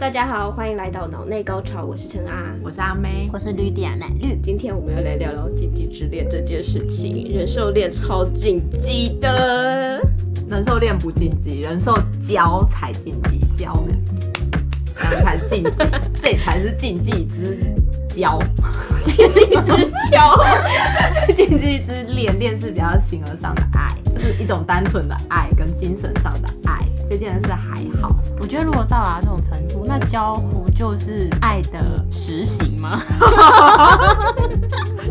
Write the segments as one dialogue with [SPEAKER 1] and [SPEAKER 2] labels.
[SPEAKER 1] 大家好，欢迎来到脑内高潮，我是陈阿。
[SPEAKER 2] 我是阿妹，
[SPEAKER 3] 我是绿点奶绿，
[SPEAKER 1] 今天我们要来聊聊禁忌之恋这件事情，人兽恋超禁忌的。
[SPEAKER 2] 人兽恋不禁忌，人兽交才禁忌，交呢，这样才禁 忌，这才是禁忌之交，
[SPEAKER 1] 禁忌之 交，
[SPEAKER 2] 禁忌之恋，恋是比较形而上的爱，是一种单纯的爱跟精神上的爱，这件事还好，
[SPEAKER 3] 我觉得如果到达这种程度，那交互就是爱的实行吗？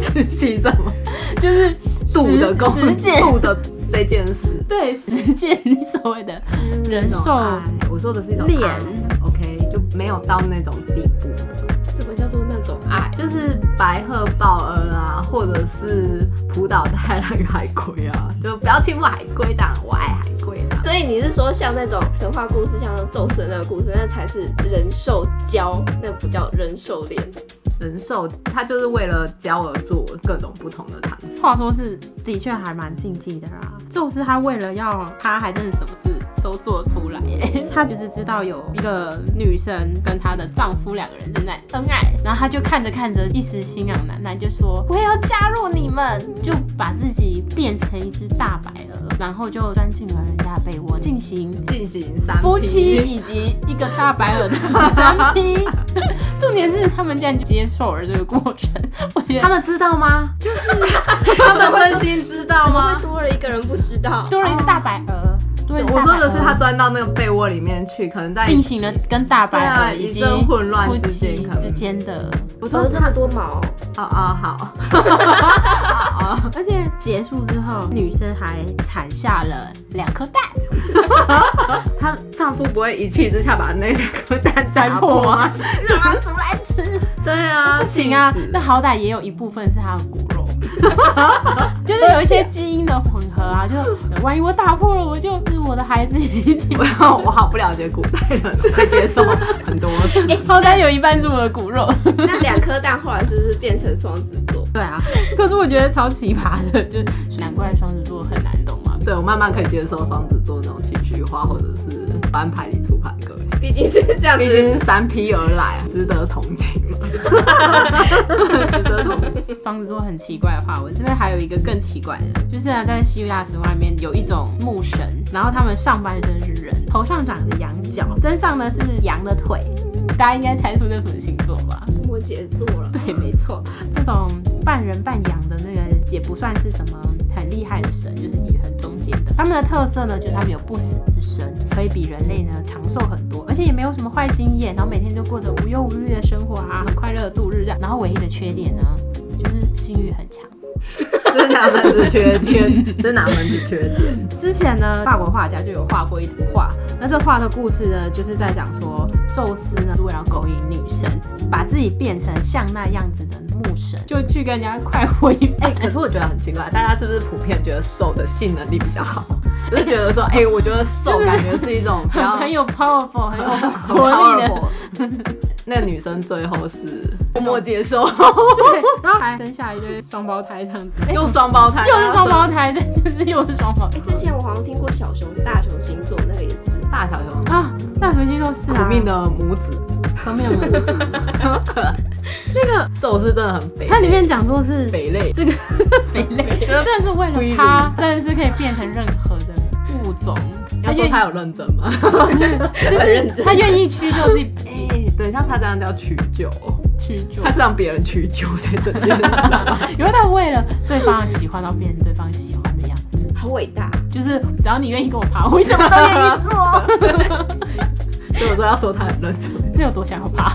[SPEAKER 2] 实际什么
[SPEAKER 3] 就是
[SPEAKER 2] 度的功
[SPEAKER 3] 实践，
[SPEAKER 2] 度的这件事，
[SPEAKER 3] 对实践你所谓的人
[SPEAKER 2] 一种
[SPEAKER 3] 兽
[SPEAKER 2] 爱，我说的是一种
[SPEAKER 3] 恋
[SPEAKER 2] 爱，OK，就没有到那种地步。
[SPEAKER 1] 什么叫做那种啊爱？
[SPEAKER 2] 就是白鹤报恩啊，或者是浦岛太郎与海龟啊，就不要欺负海龟这样，我爱海龟啊啦。
[SPEAKER 1] 所以你是说像那种神话故事，像宙斯那个故事，那才是人兽交，那不叫人兽恋。
[SPEAKER 2] 人兽他就是为了教而做各种不同的尝试，
[SPEAKER 3] 话说是的确还蛮禁忌的啦。宙斯他为了要他还真的什么事都做出来耶， 他就是知道有一个女生跟她的丈夫两个人正在恩爱，然后他就看着看着一时心痒难耐，就说我也要加入你们，就把自己变成一只大白鹅，然后就钻进了人家的被窝进行。
[SPEAKER 2] 进行三
[SPEAKER 3] 夫
[SPEAKER 2] P
[SPEAKER 3] 妻以及一个大白鹅的 三 P，重点是他们竟然接受了这个过程，我觉得
[SPEAKER 2] 他们知道吗？就是他们真心知道
[SPEAKER 1] 怎么
[SPEAKER 2] 吗
[SPEAKER 1] 会？多了一个人不知道？
[SPEAKER 3] 多了一只大白鹅。多了一只
[SPEAKER 2] 我
[SPEAKER 3] 大白
[SPEAKER 2] 说
[SPEAKER 3] 鹅
[SPEAKER 2] 的是他钻到那个被窝里面去，可能在
[SPEAKER 3] 进行了跟大白鹅以及
[SPEAKER 2] 对啊一阵混乱
[SPEAKER 3] 夫
[SPEAKER 2] 之间
[SPEAKER 3] 妻
[SPEAKER 2] 可能
[SPEAKER 3] 之间的，
[SPEAKER 2] 我说
[SPEAKER 1] 儿子他多毛，
[SPEAKER 2] 哦哦好，
[SPEAKER 3] 而且结束之后，女生还产下了两颗 蛋，
[SPEAKER 2] 她丈夫不会一气之下把那两颗蛋
[SPEAKER 3] 摔
[SPEAKER 2] 打
[SPEAKER 3] 破
[SPEAKER 2] 吗？
[SPEAKER 3] 让它煮来吃。
[SPEAKER 2] 对啊，
[SPEAKER 3] 不行啊
[SPEAKER 2] 气死，
[SPEAKER 3] 那好歹也有一部分是它的骨 肉，就是有一些基因的混合啊，就万一我打破了，我就是我的孩子已经
[SPEAKER 2] 我 我好不了解古代人，我会接受很多事。
[SPEAKER 3] 好歹有一半是我的骨肉。
[SPEAKER 1] 那两颗蛋后来是不是变成双子座？
[SPEAKER 3] 对啊，可是我觉得超奇葩的，就难怪双子座很难懂嘛。
[SPEAKER 2] 对我慢慢可以接受双子座那种情绪化，或者是翻牌理出牌个性，
[SPEAKER 1] 毕竟是这样
[SPEAKER 2] 毕
[SPEAKER 1] 子。
[SPEAKER 2] 竟是三批而来，值得同情 嘛，值得同情。
[SPEAKER 3] 双子座很奇怪的话，我这边还有一个更奇怪的，就是呢，在希腊神话里面有一种木神，然后他们上半身是人，头上长着羊角，身上呢是羊的腿。大家应该猜出这是什么星座吧？
[SPEAKER 1] 摩羯座了，
[SPEAKER 3] 对，没错，这种半人半羊的那个也不算是什么很厉害的神，就是也很中间的。他们的特色呢，就是他们有不死之身，可以比人类呢长寿很多，而且也没有什么坏心眼，然后每天就过着无忧无虑的生活啊，很快乐的度日这样。然后唯一的缺点呢，就是性欲很强。
[SPEAKER 2] 这啊是哪门子缺点？啊这是哪门子缺点？
[SPEAKER 3] 之前呢，法国画家就有画过一幅画，那这画的故事呢，就是在讲说，宙斯呢为了勾引女神，把自己变成像那样子的木神，就去跟人家快活一番。
[SPEAKER 2] 哎、可是我觉得很奇怪，大家是不是普遍觉得瘦的性能力比较好？就是觉得说，哎、我觉得瘦感觉是一种比 较
[SPEAKER 3] 很有 powerful，很有活力的。
[SPEAKER 2] 那女生最后是默默接受，
[SPEAKER 3] 对，然后还生下一对双胞胎这样子，哎
[SPEAKER 2] 又双胞胎，
[SPEAKER 3] 又是双胞胎，对，就是又是双胞
[SPEAKER 1] 哎、之前我好像听过小熊、大熊星座那个也是，
[SPEAKER 2] 大小熊，
[SPEAKER 3] 啊。大雄星座是
[SPEAKER 2] 苦
[SPEAKER 3] 啊，
[SPEAKER 2] 命的母子，
[SPEAKER 3] 可没有母子。
[SPEAKER 2] 那个宙斯真的很肥，
[SPEAKER 3] 它里面讲说是
[SPEAKER 2] 肥 类，
[SPEAKER 3] 这个肥类，真的是为了它，真的是可以变成任何的物种。
[SPEAKER 2] 要
[SPEAKER 3] 它
[SPEAKER 2] 说
[SPEAKER 3] 愿
[SPEAKER 2] 他有认真吗？
[SPEAKER 3] 意，就是它愿意屈就自己
[SPEAKER 2] 哎，等一下，他这样叫取酒，
[SPEAKER 3] 屈 就
[SPEAKER 2] 他，是让别人取酒在这边，
[SPEAKER 3] 因为它为了对方的喜欢，然后变成对方喜欢的样子。
[SPEAKER 1] 好伟大。
[SPEAKER 3] 就是只要你愿意跟我爬，我什么都 愿意做。
[SPEAKER 2] 所以我说要说他很认真。
[SPEAKER 3] 这有多想要爬？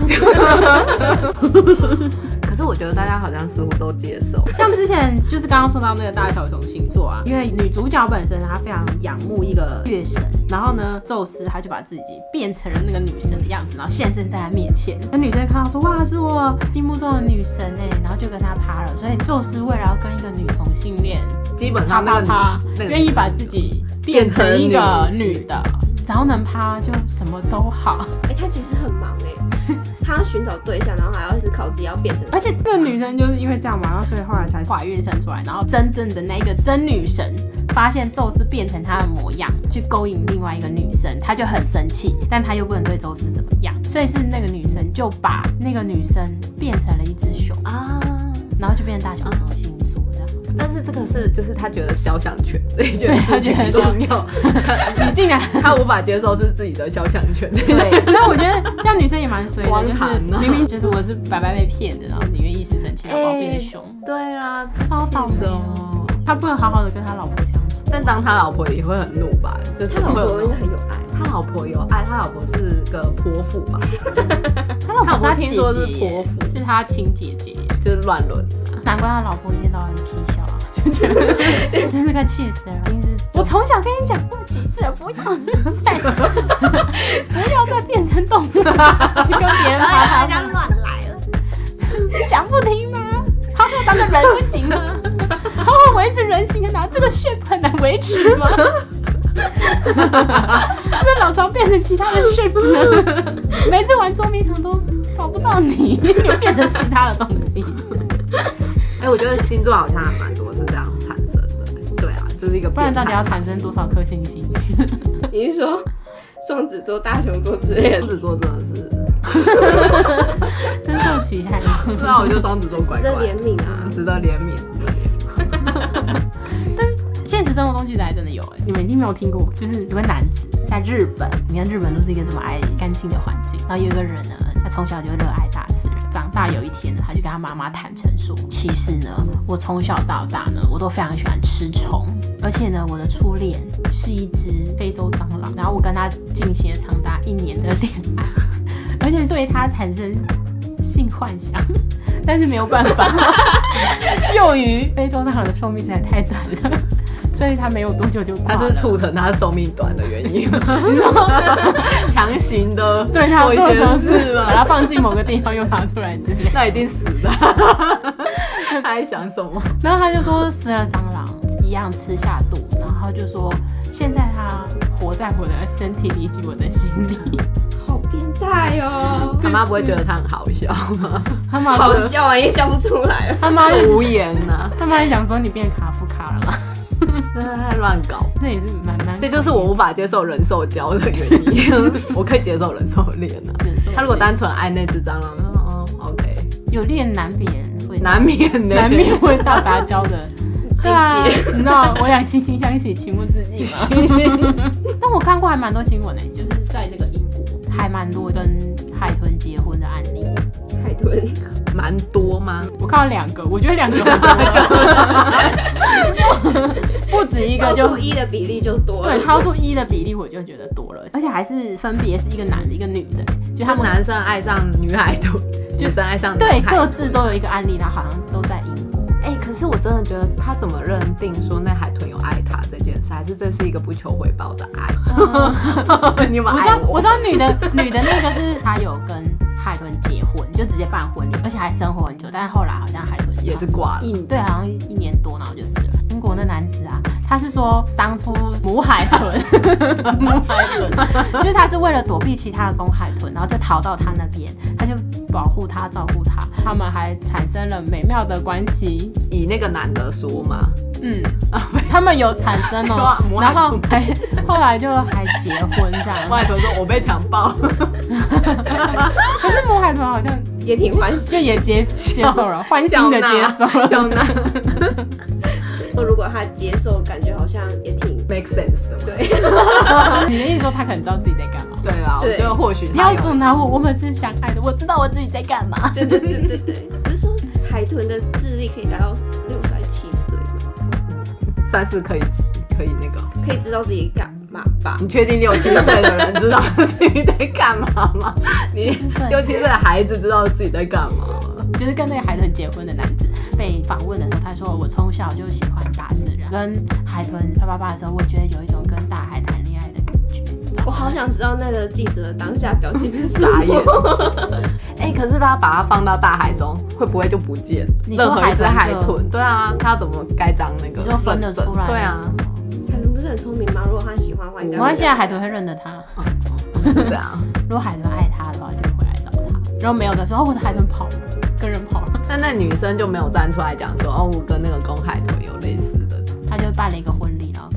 [SPEAKER 2] 可是我觉得大家好像似乎都接受，
[SPEAKER 3] 像之前就是刚刚说到那个大小熊星座啊，因为女主角本身她非常仰慕一个月神，然后呢，宙斯他就把自己变成了那个女神的样子，然后现身在她面前。那女生看到说哇，是我心目中的女神哎，然后就跟她趴了。所以宙斯为了要跟一个女同性恋
[SPEAKER 2] 基本
[SPEAKER 3] 啪
[SPEAKER 2] 上
[SPEAKER 3] 啪
[SPEAKER 2] 那
[SPEAKER 3] 啪
[SPEAKER 2] 个，女
[SPEAKER 3] 愿意把自己变成一个女的，只要能趴就什么都好。
[SPEAKER 1] 哎、他其实很忙哎、他要寻找对象，然后还要思考自己要变成什么。
[SPEAKER 3] 而且那个女生就是因为这样嘛，然后所以后来才怀孕生出来，然后真正的那一个真女神发现宙斯变成他的模样去勾引另外一个女生，他就很生气，但他又不能对宙斯怎么样，所以是那个女生就把那个女生变成了一只熊，
[SPEAKER 2] 啊。
[SPEAKER 3] 然后就变成大熊熊星座这样。
[SPEAKER 2] 但是这个是就是他觉得肖像权，所以觉得
[SPEAKER 3] 对他
[SPEAKER 2] 自己
[SPEAKER 3] 觉得
[SPEAKER 2] 重
[SPEAKER 3] 肖
[SPEAKER 2] 要，
[SPEAKER 3] 你竟 然
[SPEAKER 2] 他无法接受是自己的肖像权。
[SPEAKER 3] 对，那我觉得这样女生也蛮衰的，
[SPEAKER 2] 荒
[SPEAKER 3] 就
[SPEAKER 2] 唐
[SPEAKER 3] 是
[SPEAKER 2] 啊
[SPEAKER 3] 明明就是我是白白被骗的，然后你愿意死生气，然后把我变得凶，
[SPEAKER 2] 对啊，
[SPEAKER 3] 超倒霉哦。
[SPEAKER 2] 哦。
[SPEAKER 3] 他不能好好的跟他老婆相处，
[SPEAKER 2] 但当他老婆也会很怒吧？就
[SPEAKER 1] 他
[SPEAKER 2] 怎么
[SPEAKER 1] 老
[SPEAKER 2] 会有
[SPEAKER 1] 婆应该
[SPEAKER 2] 那种
[SPEAKER 1] 很有爱，
[SPEAKER 2] 他老婆有爱，他老婆是个泼妇吧？
[SPEAKER 3] 他老婆是他
[SPEAKER 2] 听
[SPEAKER 3] 姐
[SPEAKER 2] 说是
[SPEAKER 3] 姐
[SPEAKER 2] 泼
[SPEAKER 3] 耶，
[SPEAKER 2] 妇
[SPEAKER 3] 是他亲姐姐耶，
[SPEAKER 2] 就是乱伦。
[SPEAKER 3] 难怪他老婆一天到晚皮笑啊，就觉得 真是个气死人。一直我从小跟你讲过几次了，不要再不要再变成动物，去跟别人爬爬山
[SPEAKER 1] 乱来了。
[SPEAKER 3] 是讲不听吗？好好当个人不行吗？好好维持人形，拿这个血很难维持吗？那老巢变成其他的 shape 呢？每次玩捉迷藏都找不到你，又变成其他的东西。
[SPEAKER 2] 哎、我觉得星座好像还蛮多是这样产生的。对啊，就是一个
[SPEAKER 3] 不然
[SPEAKER 2] 变态
[SPEAKER 3] 到底要产生多少颗星星？
[SPEAKER 1] 你是说双子座、大熊座之类的？
[SPEAKER 2] 双子座真的是，
[SPEAKER 3] 深受其害。
[SPEAKER 2] 不知道啊我就双子座 乖
[SPEAKER 1] 值得
[SPEAKER 2] 乖
[SPEAKER 1] 怜，悯啊！
[SPEAKER 2] 值得怜悯，值得怜悯。
[SPEAKER 3] 现实生活中其实还真的有、欸，你们一定没有听过，就是有个男子在日本，你看日本都是一个这么爱干净的环境，然后有一个人呢，他从小就热爱大自然，长大有一天呢，他就跟他妈妈坦诚说，其实呢，我从小到大呢，我都非常喜欢吃虫，而且呢，我的初恋是一只非洲蟑螂，然后我跟他进行了长达一年的恋爱，而且对他产生性幻想， 但是没有办 法，由于非洲蟑螂的寿命实在太短了。所以他没有多久就挂
[SPEAKER 2] 他
[SPEAKER 3] 了
[SPEAKER 2] 是促成他寿命短的原 因吗，强行的
[SPEAKER 3] 对他
[SPEAKER 2] 做一
[SPEAKER 3] 做什么
[SPEAKER 2] 些
[SPEAKER 3] 事
[SPEAKER 2] 事
[SPEAKER 3] 把
[SPEAKER 2] 吗？
[SPEAKER 3] 它放进某个地方又拿出来之 类。
[SPEAKER 2] 那一定死的，他还想什么？
[SPEAKER 3] 然后他就说死了蟑螂一样吃下肚，然后就说现在他活在我的身体里以及我的心 里。
[SPEAKER 1] 好变态哦，
[SPEAKER 2] 他妈不会觉得他很好笑吗？
[SPEAKER 3] 他妈
[SPEAKER 1] 好笑啊，也笑不出来 了。
[SPEAKER 3] 他妈就
[SPEAKER 2] 无言啊呐、
[SPEAKER 3] 他妈就想说你变卡夫卡了吗？
[SPEAKER 2] 啊，乱搞。
[SPEAKER 3] 这也是蛮蛮，
[SPEAKER 2] 这就是我无法接受人兽交的原因。 我可以接受人兽恋啊。
[SPEAKER 3] 忍受不了
[SPEAKER 2] 他如果单纯爱那只蟑螂，哦哦，OK，
[SPEAKER 3] 有恋难免会
[SPEAKER 2] 难免的，
[SPEAKER 3] 难免会到达交的。对啊
[SPEAKER 1] 境，
[SPEAKER 3] 你知道我俩惺惺相惜，情不自禁嘛。但我看过还蛮多新闻诶、就是在那个英国，还蛮多跟海豚结婚的案例。
[SPEAKER 1] 海豚，
[SPEAKER 2] 蛮多吗？
[SPEAKER 3] 我看到两个，我觉得两个很多不不止一个
[SPEAKER 1] 超
[SPEAKER 3] 就
[SPEAKER 1] 出一的比例就多了
[SPEAKER 3] 对，。超出一的比例，我就觉得多了，而且还是分别是一个男的，一个女的、就
[SPEAKER 2] 他
[SPEAKER 3] 他
[SPEAKER 2] 们
[SPEAKER 3] 们
[SPEAKER 2] 男生爱上女海豚，女生爱上男
[SPEAKER 3] 对
[SPEAKER 2] 海
[SPEAKER 3] 各
[SPEAKER 2] 豚。
[SPEAKER 3] 自都有一个案例，然后好像都在英国。
[SPEAKER 2] 哎、可是我真的觉得他怎么认定说那海豚有爱他这件事，还是这是一个不求回报的爱？ 你们
[SPEAKER 3] 我知
[SPEAKER 2] 爱
[SPEAKER 3] 道，
[SPEAKER 2] 我
[SPEAKER 3] 我知道女的女的那个是她有跟海豚结婚，就直接办婚礼，而且还生活很久。但是后来好像海豚
[SPEAKER 2] 也是挂了
[SPEAKER 3] 一对，好像一年多，然后就死了。英国那男子啊，他是说当初母海豚，母海豚，就是他是为了躲避其他的公海豚，然后就逃到他那边，他就保护他、照顾他，他们还产生了美妙的关系。
[SPEAKER 2] 以那个男的说 嘛，
[SPEAKER 3] 嗯，他们有产生 哦
[SPEAKER 2] 啊，母海
[SPEAKER 3] 然
[SPEAKER 2] 豚
[SPEAKER 3] 后还后来就还结婚这样。
[SPEAKER 2] 外头说我被强暴，
[SPEAKER 3] 可是母海豚好像
[SPEAKER 1] 也挺欢喜。
[SPEAKER 3] 就也接接受了，欢欣的接受
[SPEAKER 2] 小
[SPEAKER 3] 了。
[SPEAKER 2] 娜
[SPEAKER 1] 就如果他接受，感觉好像也挺
[SPEAKER 2] make sense 的嘛。
[SPEAKER 1] 对。
[SPEAKER 3] 你的意思说他可能知道自己在干嘛？
[SPEAKER 2] 对啊，我
[SPEAKER 1] 对
[SPEAKER 2] 觉得或许
[SPEAKER 3] 不要
[SPEAKER 2] 他有
[SPEAKER 3] 阻挠我，我们是相爱的，我知道我自己在干嘛。
[SPEAKER 1] 对对对对对，不是说海豚的智力可以达到六岁还是七岁吗？
[SPEAKER 2] 算是可以可以那个。
[SPEAKER 1] 可以知道自己干嘛吧？
[SPEAKER 2] 你确定六七岁的人知道自己在干嘛吗？ 你
[SPEAKER 3] 七岁
[SPEAKER 2] 六七岁的孩子知道自己在干嘛吗？
[SPEAKER 3] 就是跟那个海豚结婚的男子被访问的时候，他说我从小就喜欢大自然，跟海豚啪啪啪的时候，我觉得有一种跟大海谈恋爱的感觉。
[SPEAKER 1] 我好想知道那个记者当下表情是啥
[SPEAKER 2] 傻眼
[SPEAKER 1] 么。。
[SPEAKER 2] 哎、可是他把它放到大海中，会不会就不见？
[SPEAKER 3] 你说
[SPEAKER 2] 任何一只
[SPEAKER 3] 海
[SPEAKER 2] 海
[SPEAKER 3] 豚就
[SPEAKER 2] 豚，对啊，他要怎么盖章那个？
[SPEAKER 3] 你就分得出来
[SPEAKER 2] 对啊
[SPEAKER 3] 是什，么？
[SPEAKER 1] 海豚不是很聪明吗？如果他喜欢的话，应该
[SPEAKER 3] 没
[SPEAKER 1] 会
[SPEAKER 3] 关系啊，海豚会认得他。
[SPEAKER 2] 是这 样。
[SPEAKER 3] 如果海豚爱他的话，就会回来找他。然后没有的时候，哦我的海豚跑了，跟人跑了，
[SPEAKER 2] 但那女生就没有站出来讲说，哦，我跟那个公海豚有类似的。
[SPEAKER 3] 他就办了一个婚礼，然后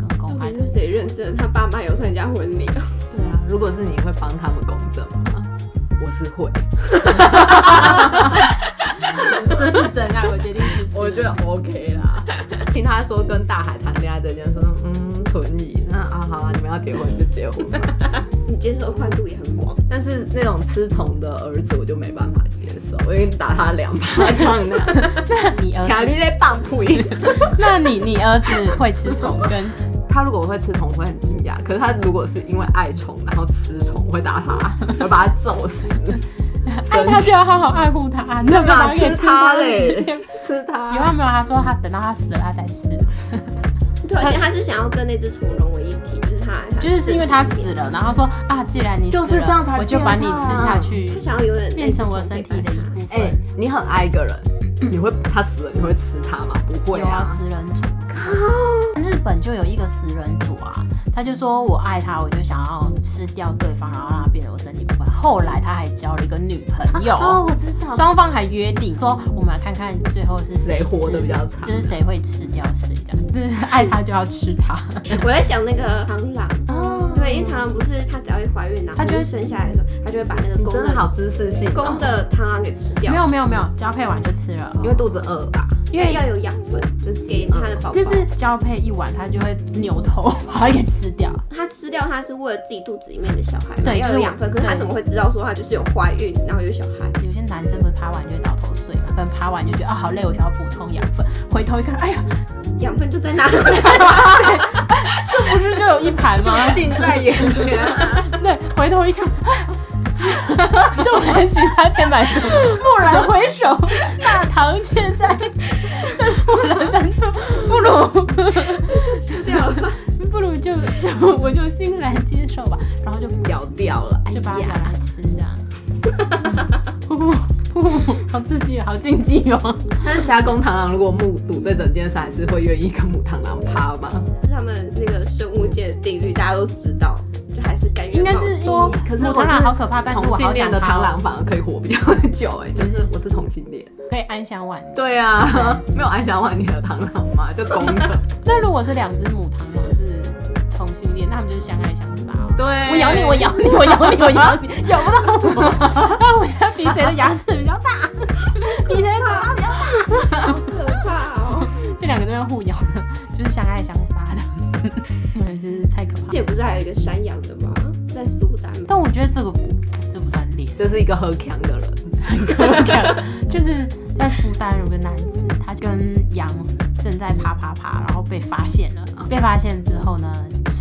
[SPEAKER 1] 谁认证他爸妈有参加婚礼啊？
[SPEAKER 2] 对啊，如果是你会帮他们公证吗？我是会，
[SPEAKER 3] 这是真爱，我决定支持。
[SPEAKER 2] 我觉得 OK 啦。听他说跟大海谈恋爱这件事，嗯，存疑。那啊，好啊，你们要结婚就结婚 吧。
[SPEAKER 1] 你接受的宽度也很广，
[SPEAKER 2] 但是那种吃虫的儿子，我就没办法接受，我已经打他两巴掌 了。
[SPEAKER 3] 你儿
[SPEAKER 2] 卡
[SPEAKER 3] 子，
[SPEAKER 2] 莉在棒槌。
[SPEAKER 3] 那你你儿子会吃虫 跟
[SPEAKER 2] 他如果会吃虫，我会很惊讶。可是他如果是因为爱虫然后吃虫，我会打他， 我会把他揍死。
[SPEAKER 3] 爱哎他就要好好爱护他，那个
[SPEAKER 2] 哪
[SPEAKER 3] 狼也
[SPEAKER 2] 吃
[SPEAKER 3] 吃
[SPEAKER 2] 他
[SPEAKER 3] 他
[SPEAKER 2] 嘞
[SPEAKER 3] 嘞。？
[SPEAKER 2] 吃他。
[SPEAKER 3] 有啊没有？他说他等到他死了他再吃，
[SPEAKER 1] 对，而且他是想要跟那只虫融为一体，就是他，他
[SPEAKER 3] 就是是因为他死了，然后说啊，既然你死
[SPEAKER 2] 就是这样才
[SPEAKER 3] 了，我就把你吃下去
[SPEAKER 1] 他，想要永远
[SPEAKER 3] 变成我身体的一部
[SPEAKER 2] 哎、
[SPEAKER 3] 分。啊
[SPEAKER 2] 你很爱一个人，你会他死了，你会吃他吗？不会
[SPEAKER 4] 有啊，
[SPEAKER 2] 嗯啊。
[SPEAKER 4] 食人族。日本就有一个食人族啊，他就说我爱他，我就想要吃掉对方，然后让他变成我身体部分。后来他还交了一个女朋友，
[SPEAKER 2] 哦，我知道。
[SPEAKER 4] 双方还约定说我们来看看最后是
[SPEAKER 2] 谁
[SPEAKER 4] 吃
[SPEAKER 2] 活得比较长
[SPEAKER 4] 就是谁会吃掉谁这样。
[SPEAKER 3] 就是 爱他就要吃他，
[SPEAKER 1] 我在想那个螳螂，
[SPEAKER 2] 哦
[SPEAKER 1] 对，因为螳螂不是它只要一怀孕，然后
[SPEAKER 3] 它就会
[SPEAKER 1] 一生下来的时候，它就会把那个
[SPEAKER 2] 你
[SPEAKER 1] 公
[SPEAKER 2] 真的
[SPEAKER 1] 的
[SPEAKER 2] 好知识性、
[SPEAKER 1] 公
[SPEAKER 2] 哦，
[SPEAKER 1] 的螳螂给吃掉
[SPEAKER 3] 没，有没有没有，交配完就吃了，
[SPEAKER 2] 因为肚子饿吧？
[SPEAKER 1] 因为要有养分，
[SPEAKER 2] 就
[SPEAKER 1] 给
[SPEAKER 3] 嗯
[SPEAKER 1] 它的宝宝。
[SPEAKER 3] 就是交配一晚他就会 扭头把它给吃掉，
[SPEAKER 1] 它吃掉它是为了自己肚子里面的小孩嘛，
[SPEAKER 4] 对
[SPEAKER 1] 要有
[SPEAKER 4] 就是
[SPEAKER 1] 养分。可是它
[SPEAKER 4] 对
[SPEAKER 1] 怎么会知道说它就是有怀孕，然后有小孩？
[SPEAKER 4] 有些男生不是趴完就会倒头睡嘛，可能趴完就觉得啊好累，我想要补充养分，
[SPEAKER 3] 回头一看， 哎呀，
[SPEAKER 1] 养分就在那里。
[SPEAKER 3] 这不是就有一盘吗？
[SPEAKER 2] 近在眼 前。
[SPEAKER 3] 对，啊回头一看，哎众人寻他千百度，蓦然回首， 大唐却在。蓦然三处，不如 吃掉了，不如就就我就欣然接受吧，然后就
[SPEAKER 2] 咬掉了，哎
[SPEAKER 3] 就把它咬
[SPEAKER 2] 呀，
[SPEAKER 3] 来吃，这样。呼呼呼呼，好刺激，好禁忌哦！
[SPEAKER 2] 但是其他公螳螂如果目睹这整件事，还是会愿意跟母螳螂趴吗？
[SPEAKER 1] 就是他们那个生物界的定律，大家都知道，就还是甘愿
[SPEAKER 3] 应该
[SPEAKER 1] 冒
[SPEAKER 3] 是
[SPEAKER 1] 险
[SPEAKER 3] 说，
[SPEAKER 2] 可是
[SPEAKER 3] 母
[SPEAKER 2] 我
[SPEAKER 3] 螳螂
[SPEAKER 2] 是
[SPEAKER 3] 好可啊怕，但是我
[SPEAKER 2] 同性
[SPEAKER 3] 好
[SPEAKER 2] 恋
[SPEAKER 3] 想
[SPEAKER 2] 的
[SPEAKER 3] 它
[SPEAKER 2] 螳
[SPEAKER 3] 哦嗯
[SPEAKER 2] 螂反而可以活比较久、哎，就是我是同性恋。
[SPEAKER 3] 可以安享晚年。
[SPEAKER 2] 对 啊，没有安想晚你的螳螂吗？就公的。
[SPEAKER 3] 那如果是两只母螳螂是同性恋，那他们就是相爱相杀哦、
[SPEAKER 2] 对，
[SPEAKER 3] 我咬 你，我咬你，我咬你，我咬你，咬不到我。啊那我现在比谁的牙齿比较大，比谁的嘴巴比较大，
[SPEAKER 1] 可怕哦。
[SPEAKER 3] 就两个在那边互咬，就是相爱相杀这样子，嗯，就是太可怕
[SPEAKER 1] 这。也不是还有一个山羊的吗？在苏丹吗？
[SPEAKER 3] 但我觉得这个这不算恋，
[SPEAKER 2] 这是一个很强的人，
[SPEAKER 3] 就是在苏丹有个男子，他跟羊正在爬爬爬，然后被发现了。被发现之后呢，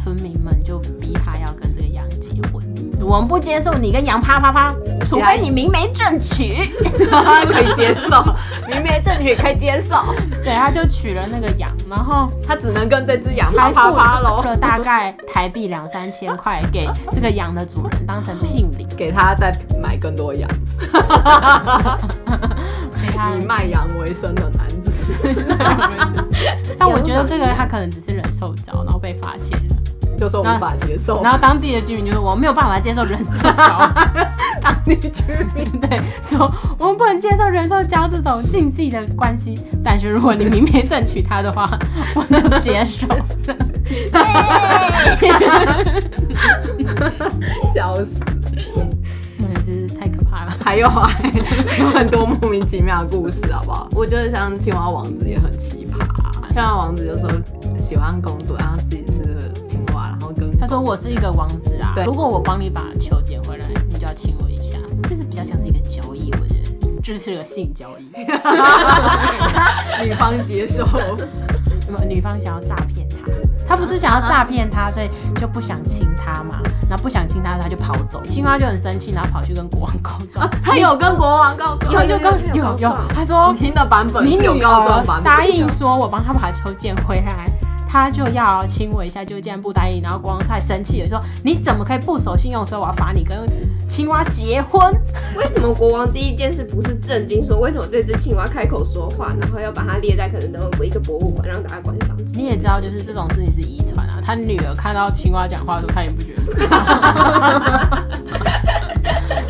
[SPEAKER 3] 村民们就逼他要跟这个羊结婚。我们不接受你跟羊啪啪啪，除非你明媒正娶。
[SPEAKER 2] 可以接受，明媒正娶可以接受，
[SPEAKER 3] 对，他就娶了那个羊，然后
[SPEAKER 2] 他只能跟这只羊啪
[SPEAKER 3] 还
[SPEAKER 2] 啪
[SPEAKER 3] 付
[SPEAKER 2] 啪喽，
[SPEAKER 3] 了大概台币两三千块给这个羊的主人当成聘 礼，
[SPEAKER 2] 给他再买更多羊，
[SPEAKER 3] 给他。
[SPEAKER 2] 以卖羊为生的男子，
[SPEAKER 3] 但我觉得这个他可能只是人受招，然后被发现了。
[SPEAKER 2] 就说无法接受
[SPEAKER 3] 然。后当地的居民就说：“我没有办法接受人兽 交。
[SPEAKER 2] 当地居民，”
[SPEAKER 3] 对，说我们不能接受人兽交这种禁忌的关系。但是如果你明媒正娶她的话，我就接受。
[SPEAKER 2] 笑死。
[SPEAKER 3] 嗯，就是太可怕了。
[SPEAKER 2] 还有啊， 还有很多莫名其妙的故事，好不好？我觉得像青蛙王子也很奇葩、青蛙王子就说喜欢公主，然后自己是青蛙，然后跟
[SPEAKER 4] 他说我是一个王子啊
[SPEAKER 2] 对，
[SPEAKER 4] 如果我帮你把球捡回来，你就要亲我一下，这是比较像是一个交易，我觉得。
[SPEAKER 3] 这是个性交易，
[SPEAKER 2] 女方接受。
[SPEAKER 3] 那么女方想要诈骗他，他不是想要诈骗他，所以就不想亲他嘛，然后不想亲他，他就跑走，青蛙就很生气，然后跑去跟国王告状，
[SPEAKER 2] 他有跟国王告状，
[SPEAKER 1] 有
[SPEAKER 3] 就跟
[SPEAKER 1] 有
[SPEAKER 3] 有
[SPEAKER 1] 告
[SPEAKER 3] 有
[SPEAKER 1] 状，
[SPEAKER 3] 他说
[SPEAKER 2] 哦听的版本
[SPEAKER 3] 你
[SPEAKER 2] 是有
[SPEAKER 3] 女
[SPEAKER 2] 告状
[SPEAKER 3] 儿
[SPEAKER 2] 版本，
[SPEAKER 3] 答应说我帮他把球捡回来，他就要亲我一下，就这样不答应，然后国王太生气了，说你怎么可以不守信用，所以我要罚你跟青蛙结婚。
[SPEAKER 1] 为什么国王第一件事不是震惊说为什么这只青蛙开口说话，然后要把它列在可能等一个博物馆让大家观赏？
[SPEAKER 4] 你也知道，就是这种事情是遗传啊。他女儿看到青蛙讲话的时候，他也不 觉得怎么样。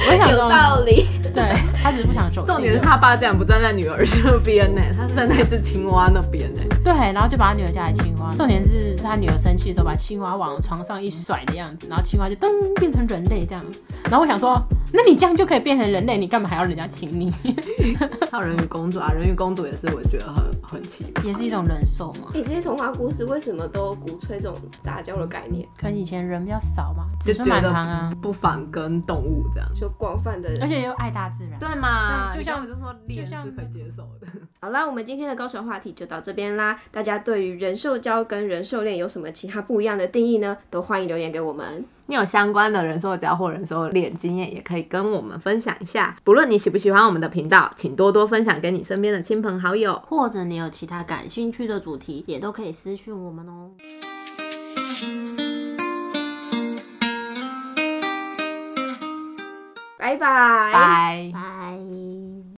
[SPEAKER 3] 我想
[SPEAKER 1] 有
[SPEAKER 3] 说，
[SPEAKER 1] 道理。
[SPEAKER 3] 对， 他只是不想啊守信用。
[SPEAKER 2] 重点是他爸竟然不站在女儿这边呢、他是站在一只青蛙那边呢、
[SPEAKER 3] 对，然后就把他女儿嫁给青蛙。重点是他女儿生气的时候，把青蛙往床上一甩的样子，然后青蛙就噔变成人类这样。然后我想说，那你这样就可以变成人类，你干嘛还要人家亲你？
[SPEAKER 2] 还有人鱼公主啊，人鱼公主也是我觉得很很奇葩。
[SPEAKER 4] 也是一种忍受嘛。
[SPEAKER 1] 哎、这些童话故事为什么都鼓吹这种杂交的概念？
[SPEAKER 4] 可能以前人比较少嘛，
[SPEAKER 2] 就
[SPEAKER 4] 子
[SPEAKER 2] 觉
[SPEAKER 4] 孙满
[SPEAKER 2] 得
[SPEAKER 4] 堂啊，
[SPEAKER 2] 不反跟动物这样，
[SPEAKER 1] 就广泛的。
[SPEAKER 4] 而且又爱大自然。
[SPEAKER 2] 对嘛？
[SPEAKER 3] 像就像
[SPEAKER 2] 你刚刚就说
[SPEAKER 3] 就
[SPEAKER 2] 猎
[SPEAKER 3] 像
[SPEAKER 2] 是可以接受的，
[SPEAKER 1] 好啦，我们今天的高潮话题就到这边啦。大家对于人兽交跟人兽恋有什么其他不一样的定义呢？都欢迎留言给我们。
[SPEAKER 2] 你有相关的人兽交或人兽恋经验，也可以跟我们分享一下。不论你喜不喜欢我们的频道，请多多分享给你身边的亲朋好友。
[SPEAKER 4] 或者你有其他感兴趣的主题，也都可以私讯我们哦。
[SPEAKER 1] 拜拜。
[SPEAKER 2] 拜。
[SPEAKER 4] 拜。